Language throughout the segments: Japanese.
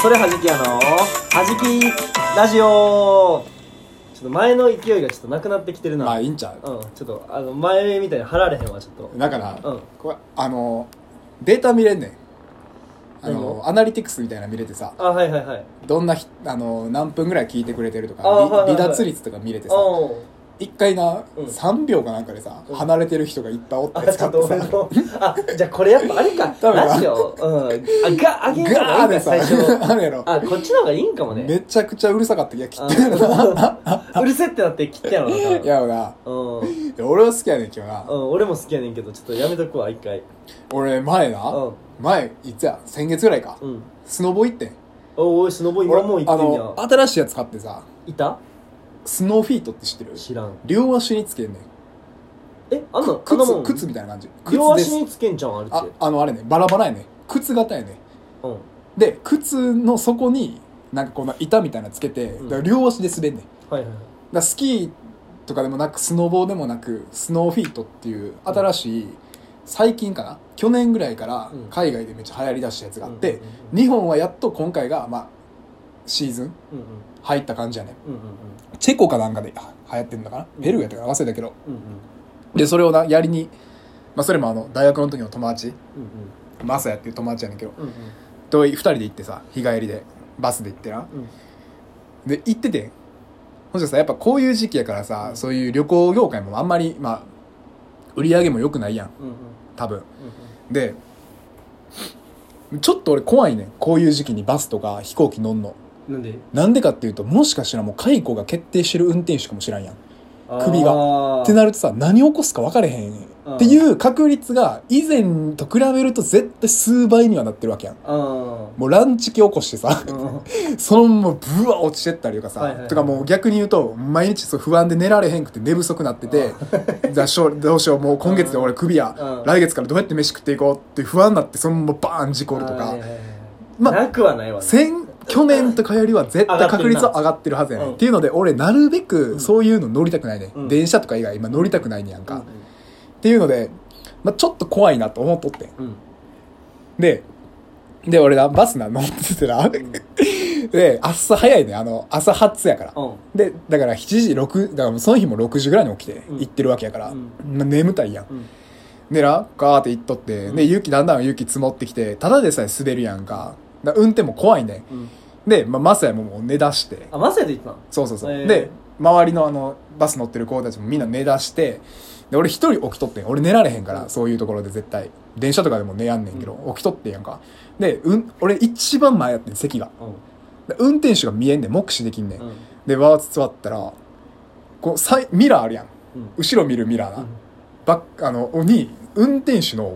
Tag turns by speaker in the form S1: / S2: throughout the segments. S1: それはじきやのはじきラジオちょっと前の勢いがちょっとなくなってきてるな
S2: まあいいんちゃう
S1: うんちょっとあの前みたいに張られへんわちょっと
S2: だから、
S1: うん
S2: これあのデータ見れんねんあ
S1: 何
S2: のアナリティクスみたいなの見れてさ
S1: あはいはいはい
S2: どんなひあの何分ぐらい聞いてくれてるとか
S1: あはいはいはい
S2: り離脱率とか見れてさ
S1: おう
S2: 一回な、
S1: うん
S2: 3秒かなんかでさ
S1: うん
S2: 離れてる人がいっぱいおって
S1: あち
S2: 使
S1: ょっ
S2: っ
S1: と
S2: て
S1: 俺
S2: さ
S1: のあじゃあこれやっぱあれか
S2: 多分な
S1: ラジオうんあが上げるのがいい
S2: ガー
S1: んだ
S2: で
S1: 最初
S2: さあるやろ
S1: あこっちの方がいいんかもね
S2: めちゃくちゃうるさかったけど切
S1: あ
S2: ってるな
S1: うるせってなって切ったやろな多分
S2: いやろな
S1: うん、う
S2: いや俺は好きやねんけどな、
S1: ん、俺も好きやねんけどちょっとやめとくわ一回
S2: 俺前な、
S1: うん
S2: 前いつや先月ぐらいか、
S1: うん
S2: スノボ行ってん
S1: おいおいスノボ今
S2: 俺
S1: もう行
S2: あ
S1: ってんじ
S2: の
S1: ゃ
S2: 新しいやつ買ってさ
S1: んいた
S2: スノーフィートって知ってる
S1: 知らん
S2: 両足につけんねん
S1: えあんな
S2: く
S1: あんなも
S2: 靴
S1: ん
S2: 靴みたいな感じ
S1: 両
S2: 靴で
S1: 足
S2: す
S1: につけんじゃんあれって
S2: ああのあれねバラバラやね靴型やね
S1: うん
S2: で靴の底になんかこの板みたいなのつけて、
S1: ん
S2: だから両足で滑んねんだか
S1: はいはいはい
S2: らスキーとかでもなくスノボーでもなくスノーフィートっていう新しい最近かな去年ぐらいから
S1: うん
S2: 海外でめっちゃ流行りだしたやつがあっ
S1: う
S2: て
S1: ん、
S2: 日本はやっと今回が、まあ、シーズン
S1: うんうん
S2: 入った感じやね
S1: うんうん
S2: チェコかなんかであ流行ってんのかな
S1: うん
S2: ペルーやったかな忘れたけど
S1: うんうん
S2: でそれをなやりに、まあ、それもあの大学の時の友達
S1: うん
S2: マサヤっていう友達やねんけど
S1: うんうんうん
S2: と2人で行ってさ日帰りでバスで行ってな
S1: うん
S2: で行っててほんじゃさやっぱこういう時期やからさそういう旅行業界もあんまりまあ売り上げも良くないやん
S1: うんうんうん
S2: 多分
S1: う
S2: でちょっと俺怖いねんこういう時期にバスとか飛行機乗んの
S1: んなんで
S2: なんでかっていうともしかしたらもう解雇が決定してる運転手かもしらんやん首
S1: が
S2: ってなるとさ何起こすか分かれへんっていう確率が以前と比べると絶対数倍にはなってるわけやん
S1: あー
S2: もうランチキ起こしてさ
S1: うんうん
S2: そのままブワー落ちてったりとかさ、
S1: はいはいはい
S2: とかもう逆に言うと毎日そう不安で寝られへんくて寝不足になっててじゃあしょう どうしようもう今月で俺クビ
S1: う
S2: や
S1: ん
S2: 来月からどうやって飯食っていこうって不安になってそのままバーン事故ると
S1: あーは
S2: か
S1: いはいはい
S2: まあ
S1: なくはないわね
S2: 先去年とかよりは絶対確率は上がってるはずやねん
S1: うん
S2: っていうので俺なるべ
S1: う
S2: く
S1: ん
S2: そういうの乗りたくないね、
S1: うん
S2: ん、電車とか以外今乗りたくないねんやん
S1: う
S2: か、
S1: ん
S2: っていうので、まあ、ちょっと怖いなと思っとってん
S1: うんうん
S2: でで俺らバスな乗っててなで朝早いねあの朝発やから
S1: うん
S2: でだから7時6だからもうその日も6時ぐらいに起きて
S1: うん
S2: 行ってるわけやから、
S1: うん
S2: まあ眠たいやん
S1: うん
S2: でなガーって行っとってで雪だんだん雪積もってきてただでさえ滑るやんかだから運転も怖いね
S1: うん
S2: で、まあ、マサヤももう寝だして
S1: あマサヤで行ったの
S2: そうそうそう、
S1: へー
S2: で周りのあのバス乗ってる子たちもみんな寝だしてで俺一人起きとってん俺寝られへんから、
S1: うん
S2: そういうところで絶対電車とかでも寝やんねんけど、起きとってんやんかで、うん、俺一番前やってん席がで運転手が見えんねん目視できんねん、
S1: うんうん
S2: でわーっと座ったらこうさいミラーあるやん後ろ見るミラーな、
S1: うん
S2: バッあのに運転手の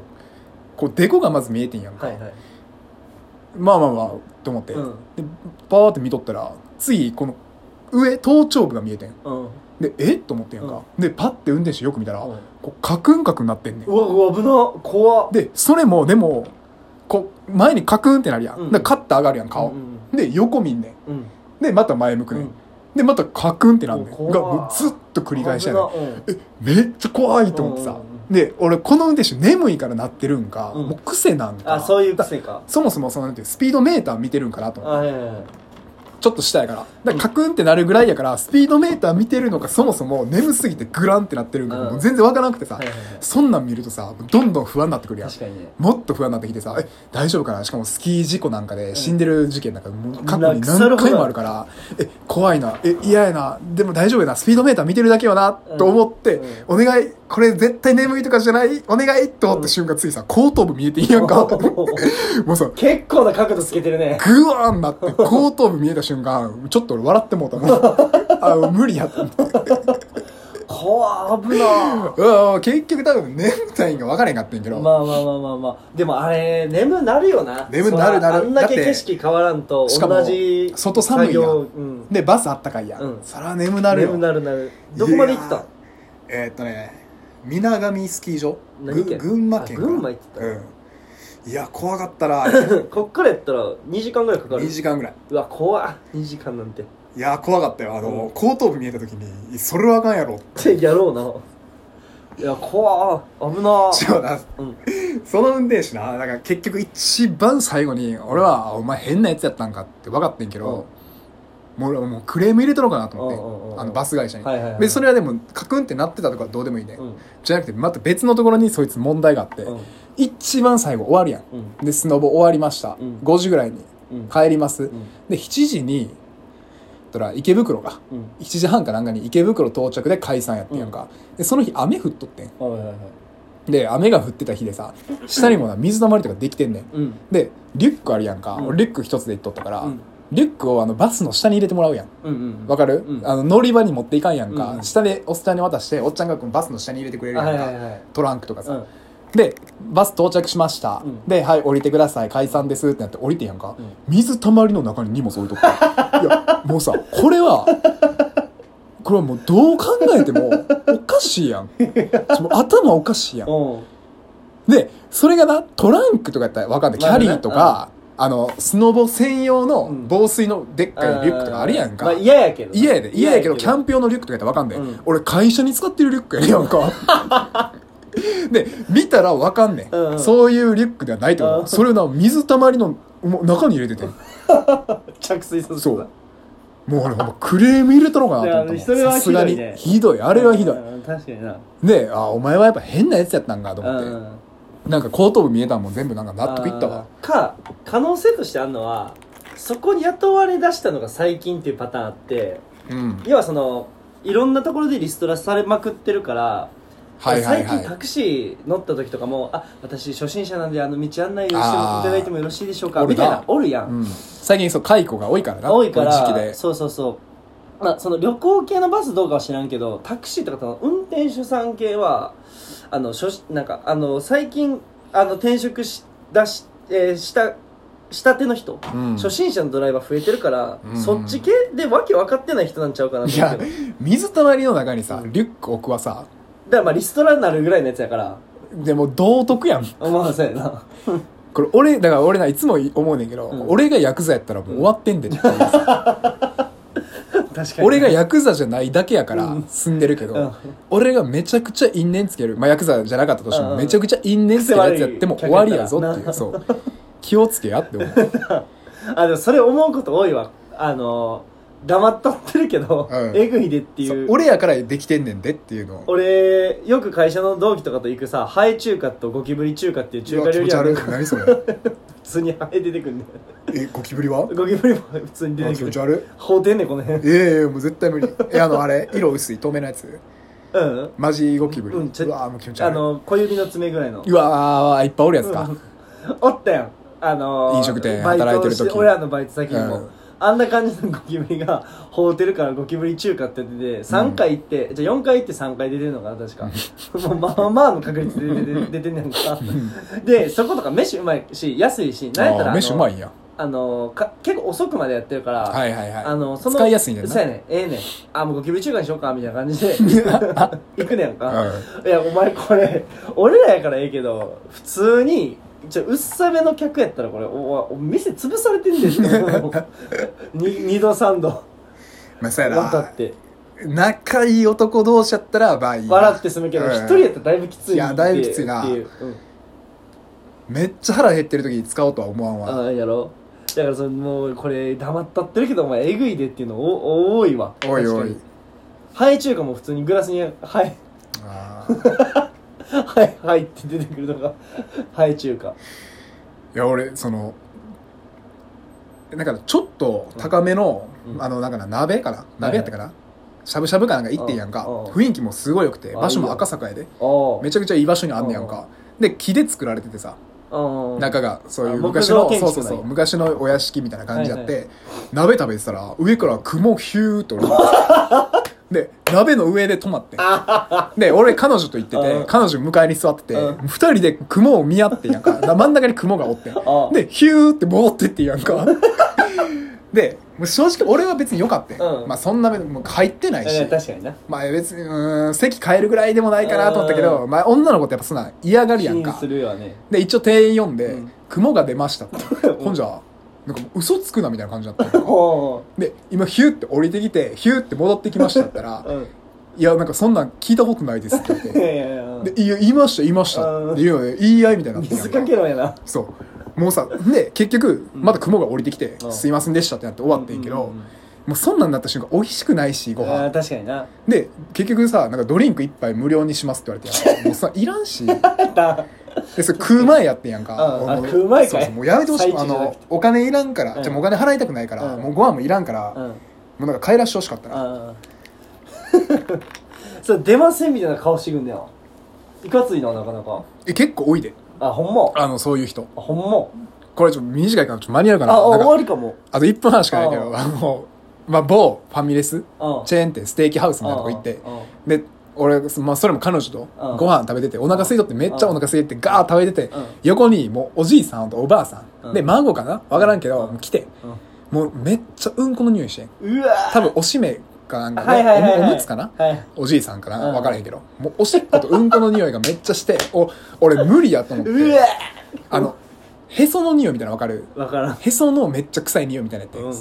S2: こうデコがまず見えてんやんか、
S1: はいはい
S2: まあまあまあと思って、
S1: うん
S2: でバーって見とったら次この上頭頂部が見えてん
S1: うんうん
S2: でえっと思ってんやんか、でパッて運転手よく見たら、
S1: うん
S2: こうカクンカクンなってんねん
S1: うわうわ危な怖っ
S2: でそれもでもこう前にカクンってなるやん、
S1: うん
S2: だからカッて上がるやん顔、
S1: うん
S2: で横見んねん
S1: うんうん
S2: でまた前向く
S1: う
S2: ねん、
S1: ん
S2: でまたカクンってなんねんが
S1: お怖い
S2: もうずっと繰り返しやねん
S1: 危なうん
S2: えめっちゃ怖いと思って
S1: うん
S2: さ
S1: うんう
S2: で俺この運転手眠いからなってるんか、
S1: うん
S2: もう癖なんか
S1: あそういう
S2: だ
S1: 癖か
S2: そもそもそのなんていうスピードメーター見てるんかなと
S1: あ
S2: 思って
S1: はいはいはい
S2: ちょっと下やからだからカクンってなるぐらいやからスピードメーター見てるのかそもそも眠すぎてグランってなってるんか、
S1: うん
S2: もう全然わからなくてさ、
S1: はいはいはい
S2: そんなん見るとさどんどん不安になってくるやん
S1: 確かにね
S2: もっと不安になってきてさえ大丈夫かなしかもスキー事故なんかで死んでる事件なんかもう過去に何回もあるからえ怖いなえ嫌やなでも大丈夫やなスピードメーター見てるだけよな、
S1: うん
S2: と思って、
S1: う
S2: お願いこれ絶対眠いとかじゃないお願いと思った瞬間ついさ後頭部見えていいや んかもうさ
S1: 結構な角度つけてるね
S2: グワーンなって後頭部見えた瞬間ちょっと俺笑ってもうたもんあ無理やと思 って
S1: 怖っ危な
S2: うわ結局多分眠たいんが分からへんかったんやけ
S1: ま
S2: ど、
S1: あまあまあまあまあでもあれ眠なるよな
S2: 眠なるな
S1: そら
S2: る
S1: あんだけ
S2: だって
S1: 景色変わらんと
S2: しかも
S1: 同じ
S2: 外寒いやん
S1: 作業うん
S2: でバスあったかいや、
S1: うん
S2: ん、そら眠なるよ
S1: 眠なるなるどこまで行った
S2: いやーえーっとね水上スキー場
S1: 何
S2: ぐ
S1: 県
S2: 群馬県かな
S1: あ群馬行ってた
S2: うん、いや怖かっ たら
S1: こっからやったら2時間ぐらいかかる
S2: 2時間ぐらいう
S1: わ怖っ2時間なんてっ
S2: いや怖かったよあの、
S1: うん
S2: 後頭部見えた時にそれはあかんやろ
S1: てやろうないや怖っ危 な
S2: 違うな
S1: うん
S2: その運転手な、なんか結局一番最後に、俺は、あお前変なやつやったんかって分かってんけど、もう俺はもうクレーム入れとろうかなと
S1: うんうんうん
S2: 思っ
S1: うん
S2: て、あのバス会社に。
S1: はいはいはい
S2: で、それはでも、カクンってなってたとかはどうでもいいね
S1: う。ん
S2: じゃなくて、また別のところにそいつ問題があって、
S1: うん
S2: 一番最後終わるやん。
S1: うん
S2: で、スノボ終わりました。
S1: うん
S2: 5時ぐらいに
S1: うん
S2: 帰ります。
S1: うん
S2: で、7時に、だから池袋か。
S1: うん
S2: 1時半かなんかに池袋到着で解散やってんやんか。で、その日雨降っとってん。
S1: はいはいはい
S2: で、雨が降ってた日でさ、下にもな、水溜まりとかできてんねん。
S1: うん
S2: で、リュックあるやんか。
S1: うん
S2: 俺リュック一つで行っとったから、
S1: うん
S2: リュックをあのバスの下に入れてもらうやん。
S1: うんうん
S2: わかる、
S1: うん
S2: あの、乗り場に持っていかんやんか。
S1: うん
S2: 下でおっちゃんに渡して、おっちゃんがこのバスの下に入れてくれるやん
S1: は
S2: か。
S1: いはいはい
S2: トランクとかさ、
S1: うん
S2: で、バス到着しました。
S1: うん
S2: で、はい、降りてください。解散ですってなって降りてんやんか。
S1: うん
S2: 水溜まりの中に荷物置いとった。いや、もうさ、これは、これはもうどう考えてもおかしいやん。ちょもう頭おかしいやん。
S1: おう
S2: で、それがな、トランクとかやったらわかんない。キ
S1: まあ
S2: ャ
S1: ね
S2: リーとか、あの、スノボ専用の防水のでっかいリュックとかあるやん
S1: ま
S2: か
S1: あ。嫌やけどな
S2: 嫌やで、嫌やけど、キャンプ用のリュックとかやったらわかんない、
S1: うん
S2: 俺会社に使ってるリュックやねんやんか。で、見たらわかんねん,、
S1: うんうん
S2: そういうリュックではないってこ
S1: うん
S2: と。それをな、水たまりのもう中に入れててん。
S1: 着水する
S2: そう。もうあれ、ほんまクレーム入れたのかなと思ったもん
S1: いやそれは
S2: さすがに
S1: ひどいね
S2: ひどい。あれはひどい。
S1: うん確かにな
S2: で、あ、お前はやっぱ変なやつやったんかと思って。
S1: うん
S2: なんか後頭部見えたんも全部なんか納得いったわ。
S1: あーか可能性としてあるのはそこに雇われ出したのが最近っていうパターンあって
S2: うん。
S1: 要はそのいろんなところでリストラされまくってるから、
S2: はいは
S1: 最
S2: いは
S1: 近タ
S2: い。
S1: クシー乗った時とかもあ私初心者なんであの道案内をしていただいてもよろしいでしょうか
S2: あー
S1: みたいなお
S2: お
S1: るやん、
S2: うん、最近そう、解雇が多いからな。
S1: 多いから
S2: この時期で。
S1: そうそうそうまあその旅行系のバスどうかは知らんけどタクシーとかその運転手さん系はあの初なんかあの最近あの転職しだし、えーしたしたての人、
S2: うん
S1: 初心者のドライバー増えてるから、
S2: うん
S1: そっち系でわけ分かってない人なんちゃうかなと
S2: い
S1: 思う
S2: や
S1: けどだか、
S2: 水たまりの中にさ、リュック置くはさ、
S1: らまあリストラになるぐらいのやつや から
S2: でも道徳やん。
S1: まあそうやな
S2: これ俺、だから俺ないつも思うねんけど、
S1: うん
S2: 俺がヤクザやったらもう終わってんでっていうさ
S1: 確かに
S2: 俺がヤクザじゃないだけやから
S1: うん
S2: 住んでるけど、
S1: うん
S2: 俺がめちゃくちゃ因縁つける。まあヤクザじゃなかったとして
S1: うんう
S2: も、
S1: ん
S2: めちゃくちゃ因縁つけるやつやっても終わりやぞっていう、そう。気をつけやって 思う。
S1: あでもそれ思うこと多いわあの黙っとってるけど、
S2: うん
S1: えぐいでってい
S2: そうう俺やからできてんねんでっていうのを。
S1: 俺よく会社の同期とかと行くさハエ中華とゴキブリ中華っていう中華料理屋
S2: うわ気持
S1: で
S2: ち悪い
S1: 普
S2: 何それ
S1: 通にハエ出てくるんだよ
S2: えゴキブリは
S1: ゴキブリも普通に出
S2: あ
S1: て
S2: 気
S1: く
S2: 持ち
S1: る
S2: 悪
S1: ほうてんねんこの辺
S2: いいやいやもう絶対無理えあのあれ色薄い透明なやつ
S1: うん
S2: マジゴキブリ、う
S1: うんちょ
S2: わーもう気持ち
S1: あ
S2: 悪い
S1: の小指の爪ぐらいの
S2: うわーいっぱいおるやつか、
S1: おったやんあのー
S2: 飲食店
S1: バイトを
S2: 働いてる
S1: して
S2: 時
S1: 俺らのバイト先にも、
S2: うん
S1: あんな感じのゴキブリが放ってるからゴキブリ中華って出てて3回行って、じゃあ4回行って3回出てるのかな確かもうまあまあの確率で出て出てんねんかでそことか飯うまいし安いしなんやったらあ
S2: あー
S1: の
S2: 飯うまいんや
S1: あのか結構遅くまでやってるから、
S2: はいはいはい
S1: あのその
S2: 使いやすいねん
S1: そう
S2: な
S1: やねんええねんあもうゴキブリ中華にしようかみたいな感じ で行くねやんか、いやお前これ俺らやからええけど普通にちょうっさめの客やったらこれおお店潰されてんでって 2度3度
S2: まあそうや
S1: 渡
S2: な
S1: って
S2: 仲いい男同士やったらまあいいな
S1: 笑って済むけど
S2: うん
S1: 一人やったらだいぶきつい
S2: いやだいぶきついな
S1: っていう、うん
S2: めっちゃ腹減ってる時に使おうとは思わんわ
S1: ああやろだからそのもうこれ黙ったってるけどお前えぐいでっていうのお多いわ
S2: おいお
S1: 確
S2: い
S1: かにハエ中華も普通にグラスにハエ
S2: あー
S1: ハエハエって出てくるのが ハエ中華
S2: いや俺そのなんかちょっと高めの、
S1: うん
S2: あのなんかな鍋かな
S1: はいはい
S2: 鍋やったかな、しゃぶしゃぶかなんか行ってんやんか、
S1: うんうん
S2: 雰囲気もすごい良くて
S1: あ
S2: 場所も赤坂やで
S1: お
S2: めちゃくちゃいい場所にあんねやんか。で、木で作られててさ、
S1: お
S2: 中が、そういう
S1: あ
S2: 昔の、
S1: 木造建
S2: そう
S1: 築
S2: そうそ
S1: な
S2: う、
S1: んや
S2: 昔のお屋敷みたいな感じやっ
S1: はい
S2: て、鍋食べてたら、上から雲ヒューっと降りてきてで、鍋の上で止まってん。 で、俺彼女と行って
S1: う
S2: て
S1: ん、
S2: 彼女迎えに座ってて
S1: う、
S2: 二人で雲を見合ってんやんか。な真ん中に雲がおってん。
S1: あ
S2: で、ヒューってボーってってんやんか。で、もう正直俺は別に良かったよ、
S1: うん
S2: まあそんな、もう入ってないし
S1: え。確かにな
S2: まあ別に、うーん、席変えるぐらいでもないかなと思ったけど、まあ女の子ってやっぱそんなん嫌がる
S1: 気
S2: やん
S1: に
S2: か
S1: す。るよ ね
S2: で、一応店員読んで、
S1: うん
S2: 雲が出ましたって。ほんじゃ、なんかもう嘘つくなみたいな感じだった。
S1: お
S2: で、今ヒューって降りてきて、ヒューって戻ってきましたって言ったら、
S1: うん
S2: いや、なんかそんなん聞いたことないですって言っ
S1: い
S2: て。
S1: やいやいやうん
S2: でいや言いました言いましたっていうので言い合いみたいになってんやん
S1: 水かけろやな
S2: そうもうさで結局
S1: うん
S2: まだ雲が降りてきて
S1: う
S2: 「
S1: ん
S2: すいませんでした」ってなって終わってんけど、
S1: ううん
S2: もうそんなんなった瞬間美味しくないしご
S1: あー
S2: 飯
S1: 確かにな
S2: で結局さなんかドリンク一杯無料にしますって言わ れてもうさいらんしでそれ食う前やってんやんか、
S1: うんあ
S2: も
S1: 食う前かい
S2: そうそうもうやめてほし
S1: 最
S2: い
S1: 中
S2: あ
S1: じゃな
S2: の
S1: くて
S2: お金いらんから、
S1: うん
S2: じゃあもうお金払いたくないから、
S1: うん
S2: もうご飯もいらんから、
S1: う
S2: も
S1: ん
S2: うなんか帰らしてほしかったな、
S1: あー そう出ませんみたいな顔してくんだよいかついななかなか
S2: え結構多いで
S1: あほんま
S2: あのそういう人
S1: あほん
S2: これちょっと短いからちょっと間に合うか
S1: ま
S2: な
S1: ああ
S2: なん
S1: 終
S2: か
S1: わりかも
S2: あと1分半しかないけど
S1: う
S2: あの、まあ、某ファミレス
S1: うん
S2: チェーン店ステーキハウスみたいなとこ行ってで俺、まあ、それも彼女と
S1: うん
S2: ご飯食べててお腹空いとってめっちゃお腹空いててガーッ食べてて
S1: うん
S2: 横にもうおじいさんとおばあさん、
S1: うん
S2: で孫かなわからんけど、
S1: うん
S2: 来て
S1: うん
S2: もうめっちゃうんこの匂いしてん
S1: うんうわー
S2: 多分おしめかなんかで、
S1: はいはいはいはい
S2: おむおむつかな
S1: はい
S2: おじいさんかな
S1: うん
S2: わからへんけど、もうおしっことうんこの匂いがめっちゃしてお俺無理やと思って
S1: うわ
S2: あのへその匂いみたいなのわかる
S1: ーわからん
S2: へそのめっちゃ臭い匂いみたいなやって、
S1: うん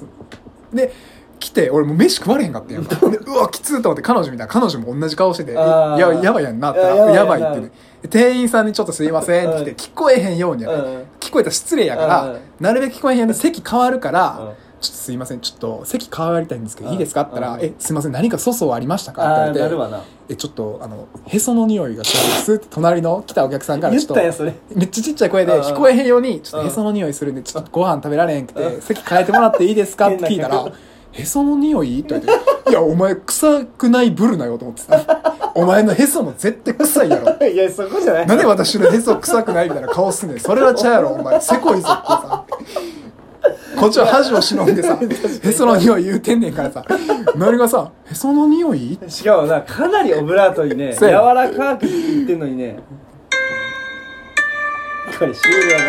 S2: で来て俺もう飯食われへんかったやんかでうわきつーと思って彼女みたいな彼女も同じ顔しててい
S1: あ
S2: や
S1: ー
S2: やばいやんなってなって
S1: いや
S2: や
S1: や
S2: ば
S1: ば
S2: い
S1: い
S2: っ
S1: や
S2: て、ね、で店員さんにちょっとすいませんって来て、
S1: うん
S2: 聞こえへんようにやね、
S1: うん
S2: 聞こえたら失礼やから、
S1: うん
S2: なるべく聞こえへんように席変わるから、
S1: うん
S2: ちょっとすいませんちょっと席変わりたいんですけど、いいですかって言ったら
S1: う
S2: 「
S1: ん
S2: えすいません何か粗相ありましたか?」
S1: あー
S2: って
S1: な
S2: 言われ
S1: る
S2: て
S1: わな
S2: 「えちょっとあのへその匂いがするんです」って隣の来たお客さんから
S1: 言
S2: ち
S1: っ
S2: ょっと
S1: たやんそれ
S2: めっちゃちっちゃい声で
S1: うんうん
S2: 聞こえへんように、ちょっとへその匂いするんで、ちょっとご飯食べられへんく
S1: う
S2: て、
S1: ん
S2: 席変えてもらっていいですかって
S1: 変な
S2: 聞いたら
S1: 客、
S2: へその匂いって言われて、いや、お前臭くないブルなよと思ってた。お前のへそも絶対臭いやろ。
S1: いやそこじゃない
S2: なんで私のへそ臭くないみたいな顔すんねん。それはちゃうやろ、お前。せこいぞってさ。こっちは恥を忍んでさ、へその匂い言うてんねんからさ、何がさ、へその匂い
S1: しかもなかなりオブラートにね柔
S2: そうや
S1: らかく言ってんのにねこれ終了だ